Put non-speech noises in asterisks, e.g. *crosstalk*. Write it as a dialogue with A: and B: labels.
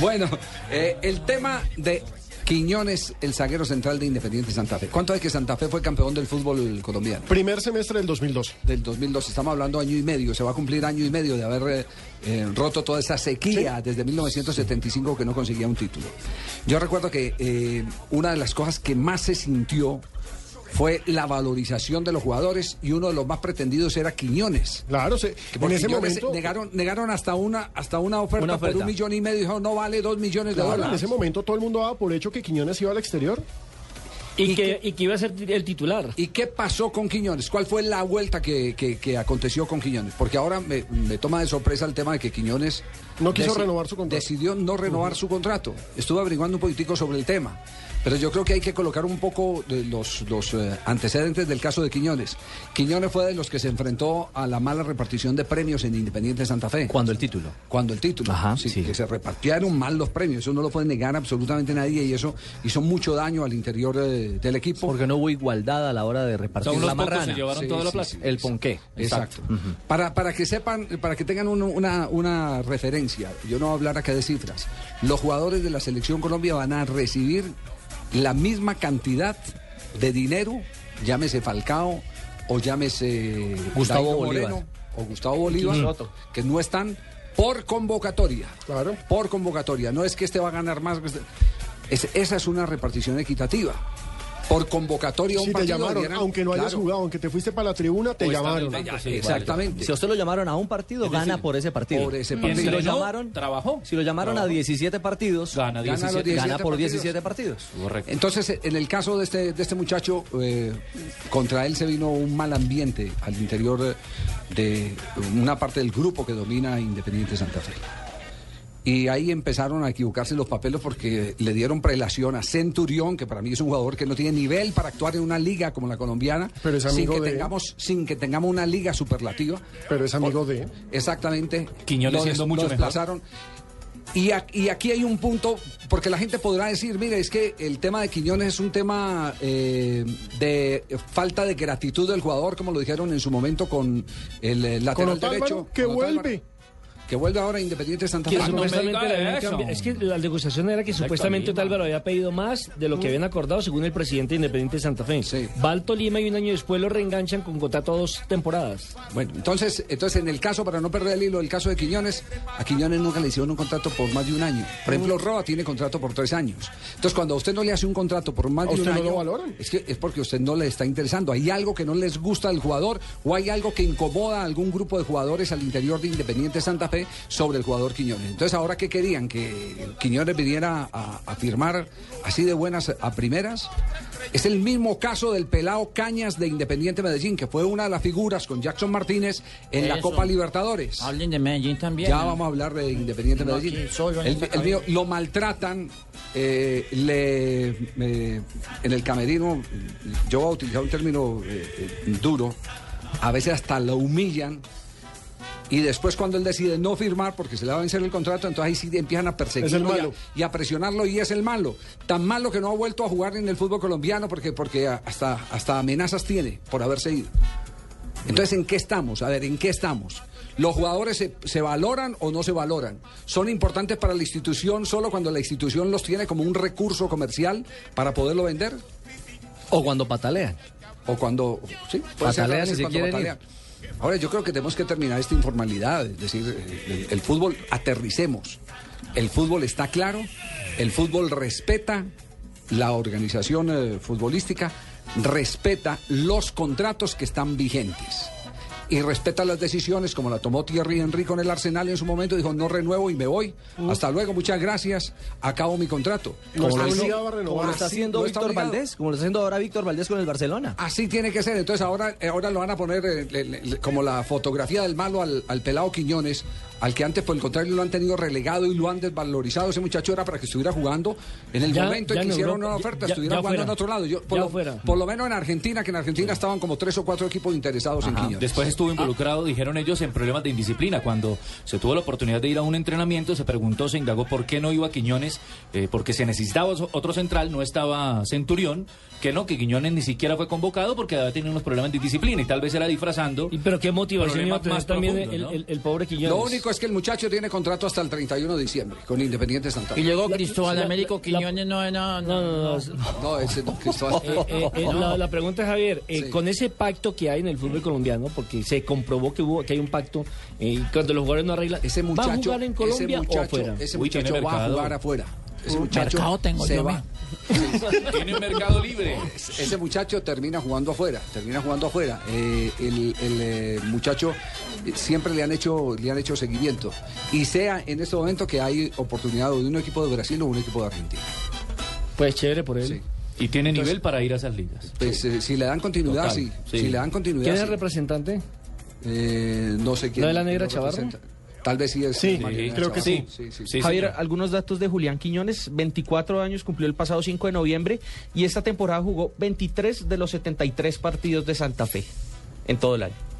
A: Bueno, eh, el tema de Quiñones, el zaguero central de Independiente Santa Fe. ¿Cuánto hay que Santa Fe fue campeón del fútbol colombiano?
B: Primer semestre del 2002.
A: Del 2002, estamos hablando año y medio, se va a cumplir año y medio de haber eh, roto toda esa sequía desde 1975 que no conseguía un título. Yo recuerdo que eh, una de las cosas que más se sintió fue la valorización de los jugadores y uno de los más pretendidos era Quiñones.
B: Claro, se,
A: Que
B: en
A: porque
B: ese
A: Quiñones
B: momento.
A: negaron, negaron hasta una hasta una oferta,
C: Una
A: por
C: oferta.
A: un millón y medio, dijo no vale dos millones de
B: claro, en
A: dólares.
B: ese momento todo el mundo daba por hecho que Quiñones iba al exterior.
C: Y, que, y que iba a ser ti- el titular.
A: ¿Y qué pasó con Quiñones? ¿Cuál fue la vuelta que, que- que aconteció con Quiñones? Porque ahora me, me toma de sorpresa el tema de que Quiñones...
B: No quiso renovar su contrato.
A: Decidió no renovar su contrato. Estuve averiguando un poquitico sobre el tema. Pero yo creo que hay que colocar un poco de los, los, eh, antecedentes del caso de Quiñones. Quiñones fue de los que se enfrentó a la mala repartición de premios en Independiente Santa Fe.
D: Cuando el título.
A: Cuando el título.
D: Ajá,
A: sí,
D: sí.
A: Que se repartieron mal los premios. Eso no lo puede negar absolutamente nadie y eso hizo mucho daño al interior eh, del equipo.
D: Porque no hubo igualdad a la hora de
C: O sea,
D: repartir
C: unos
D: la
C: pocos
D: marrana.
C: se llevaron
A: Sí,
C: toda la
A: sí,
C: plata.
A: sí.
D: El ponqué.
A: Exacto. para, para que sepan, para que tengan un- una, una referencia, yo no voy a hablar acá de cifras. Los jugadores de la selección Colombia van a recibir la misma cantidad de dinero, llámese Falcao o llámese
D: Gustavo
A: Dairo
D: Bolívar.
A: Moreno o Gustavo Bolívar,
D: Soto.
A: que no están por convocatoria.
B: Claro.
A: Por convocatoria. No es que este va a ganar más. que este- es- esa es una repartición equitativa. Por convocatoria un
B: Si te
A: partido
B: llamaron,
A: debieran-
B: aunque no hayas
A: claro.
B: jugado, aunque te fuiste para la tribuna, te
C: O estaba en el
B: llamaron.
C: banco, sí,
A: Exactamente.
D: Si a usted lo llamaron a un partido, gana por ese partido.
A: por ese
C: Y
A: partido.
D: Si lo
C: entrenó,
D: llamaron,
C: trabajó.
D: Si lo llamaron a
C: Trabajó.
D: 17 partidos,
C: Gana 17.
A: los 17
D: gana por
A: partidos.
D: 17 partidos.
C: Correcto.
A: Entonces, eh, en el caso de este, de este muchacho, eh, contra él se vino un mal ambiente al interior eh, de una parte del grupo que domina Independiente Santa Fe. Y ahí empezaron a equivocarse los papeles porque le dieron prelación a Centurión, que para mí es un jugador que no tiene nivel para actuar en una liga como la colombiana,
B: Pero es
A: sin,
B: amigo
A: que
B: de-
A: tengamos, sin que tengamos una liga superlativa.
B: Pero es amigo de.
A: Exactamente.
C: Quiñones
A: Lo
C: siendo
A: des-
C: mucho
A: lo
C: mejor.
A: desplazaron. Y, a- y aquí hay un punto, porque la gente podrá decir, mire, es que el tema de Quiñones es un tema eh, de falta de gratitud del jugador, como lo dijeron en su momento con el eh,
B: Con
A: lateral
B: Otálvaro,
A: derecho.
B: que
A: con Otálvaro,
B: vuelve.
A: que vuelve ahora Independiente Santa
E: Que
A: Fe.
C: no me
E: supuestamente
C: diga
E: le habían
C: eso.
E: cambiado- Es que la negociación era que supuestamente
C: Tolima.
E: Otálvaro había pedido más de lo que habían acordado según el presidente independiente de Santa Fe.
A: Sí.
E: Va al Tolima y un año después lo reenganchan con contrato a dos temporadas.
A: Bueno, entonces, entonces en el caso, para no perder el hilo, el caso de Quiñones, a Quiñones nunca le hicieron un contrato por más de un año. Por ejemplo, Roa tiene contrato por tres años. Entonces, cuando a usted no le hace un contrato por más
B: ¿A
A: de un
B: usted no
A: año,
B: lo valoran?
A: es que es porque a usted no le está interesando. Hay algo que no les gusta al jugador o hay algo que incomoda a algún grupo de jugadores al interior de Independiente Santa Fe sobre el jugador Quiñones. Entonces, ahora que querían que Quiñones viniera a, a firmar así de buenas a primeras, es el mismo caso del pelao Cañas de Independiente Medellín, que fue una de las figuras con Jackson Martínez en la
F: Eso.
A: Copa Libertadores.
F: Hablen de Medellín también.
A: Ya vamos a hablar de Independiente
F: No,
A: Medellín.
F: aquí solo en
A: El,
F: esta
A: el mío, lo maltratan, eh, le, eh, en el camerino, yo voy a utilizar un término eh, eh, duro, a veces hasta lo humillan. Y después cuando él decide no firmar porque se le va a vencer el contrato, entonces ahí sí empiezan a perseguirlo
B: Es el
A: y a-
B: malo.
A: Y, a, presionarlo y es el malo. Tan malo que no ha vuelto a jugar en el fútbol colombiano porque, porque hasta, hasta amenazas tiene por haberse ido. Entonces, ¿en qué estamos? A ver, ¿en qué estamos? ¿Los jugadores se, se valoran o no se valoran? ¿Son importantes para la institución solo cuando la institución los tiene como un recurso comercial para poderlo vender?
D: O cuando patalean.
A: ¿O cuando... Sí, puede ser a
D: Patalean
A: veces
D: y se
A: cuando
D: quieren
A: patalean. Ahora, yo creo que tenemos que terminar esta informalidad, es decir, eh, el, el fútbol aterricemos. El fútbol está claro, el fútbol respeta la organización eh, futbolística, respeta los contratos que están vigentes y respeta las decisiones como la tomó Thierry Henry con el Arsenal en su momento, dijo no renuevo y me voy. Hasta luego, muchas gracias, acabo mi contrato.
B: No está
A: Así-
B: obligado a
D: Como
B: renovar.
D: lo está
A: Así,
D: haciendo
A: no está
D: Víctor
A: obligado.
D: Valdés, como lo está haciendo ahora Víctor Valdés con el Barcelona.
A: Así tiene que ser. Entonces ahora, ahora lo van a poner eh, le- le- le- como la fotografía del malo al, al pelado Quiñones, al que antes por el contrario lo han tenido relegado y lo han desvalorizado. Ese muchacho era para que estuviera jugando en el
E: Ya-
A: momento
E: ya
A: en
E: en
A: que hicieron
E: Europa,
A: una
E: ya-
A: oferta,
E: ya-
A: estuviera
E: ya
A: jugando en
E: fuera.
A: otro lado. Yo, por,
E: Ya
A: lo,
E: fuera.
A: por lo menos en Argentina, que en Argentina estaban como tres o cuatro equipos interesados en Quiñones.
C: Después estuvo involucrado, dijeron ellos, en problemas de indisciplina. Cuando se tuvo la oportunidad de ir a un entrenamiento, se preguntó, se indagó por qué no iba Quiñones, eh, porque se necesitaba so- otro central, no estaba Centurión, que no, que Quiñones ni siquiera fue convocado porque había tenido unos problemas de indisciplina y tal vez era disfrazando.
E: Y pero qué motivación
C: Problemas
E: iba a tener
C: más
E: también
C: profundos,
E: el,
C: ¿no?
E: el- el pobre Quiñones.
A: Lo único es que el muchacho tiene contrato hasta el 31 de diciembre con Independiente Santa
G: Y
A: Fe.
G: luego Cristóbal
E: la-
G: Américo
E: la-
G: Quiñones no, no,
E: No,
G: no.
E: no, no.
A: No, ese no, Cristóbal.
E: *laughs* Eh, eh,
A: *laughs*
E: eh, la, la pregunta es, Javier, eh,
A: Sí.
E: con ese pacto que hay en el fútbol colombiano, porque se comprobó que hubo que hay un pacto, eh, y cuando los jugadores no arreglan,
A: Ese muchacho,
E: ¿va a jugar en
A: ese
E: Colombia
A: muchacho,
E: o afuera?
A: Ese
C: Uy, tiene
A: muchacho va a
C: mercado.
A: jugar afuera. Ese muchacho
G: Mercado tengo
A: se
G: yo,
A: va.
G: mío.
C: Tiene un mercado libre.
A: Ese muchacho termina jugando afuera, termina jugando afuera. Eh, el el, eh, muchacho eh, siempre le han hecho le han hecho seguimiento y sea en este momento que hay oportunidad o de un equipo de Brasil o un equipo de Argentina.
E: Pues chévere por él.
A: Sí.
C: Y tiene nivel para ir a esas ligas.
A: Pues eh, si le dan continuidad,
C: Total,
A: sí.
C: sí.
A: Si le dan continuidad.
E: ¿Quién es
A: sí.
E: el representante?
A: Eh, no sé quién.
E: ¿No es la negra
A: lo
E: Chavarro?
A: representa. Tal vez sí es.
B: Sí,
A: Mariana
B: creo que
A: Chavarro.
C: sí.
A: sí,
C: Sí,
D: Javier,
C: señor.
D: algunos datos de Julián Quiñones, 24 años, cumplió el pasado 5 de noviembre y esta temporada jugó 23 de los 73 partidos de Santa Fe en todo el año.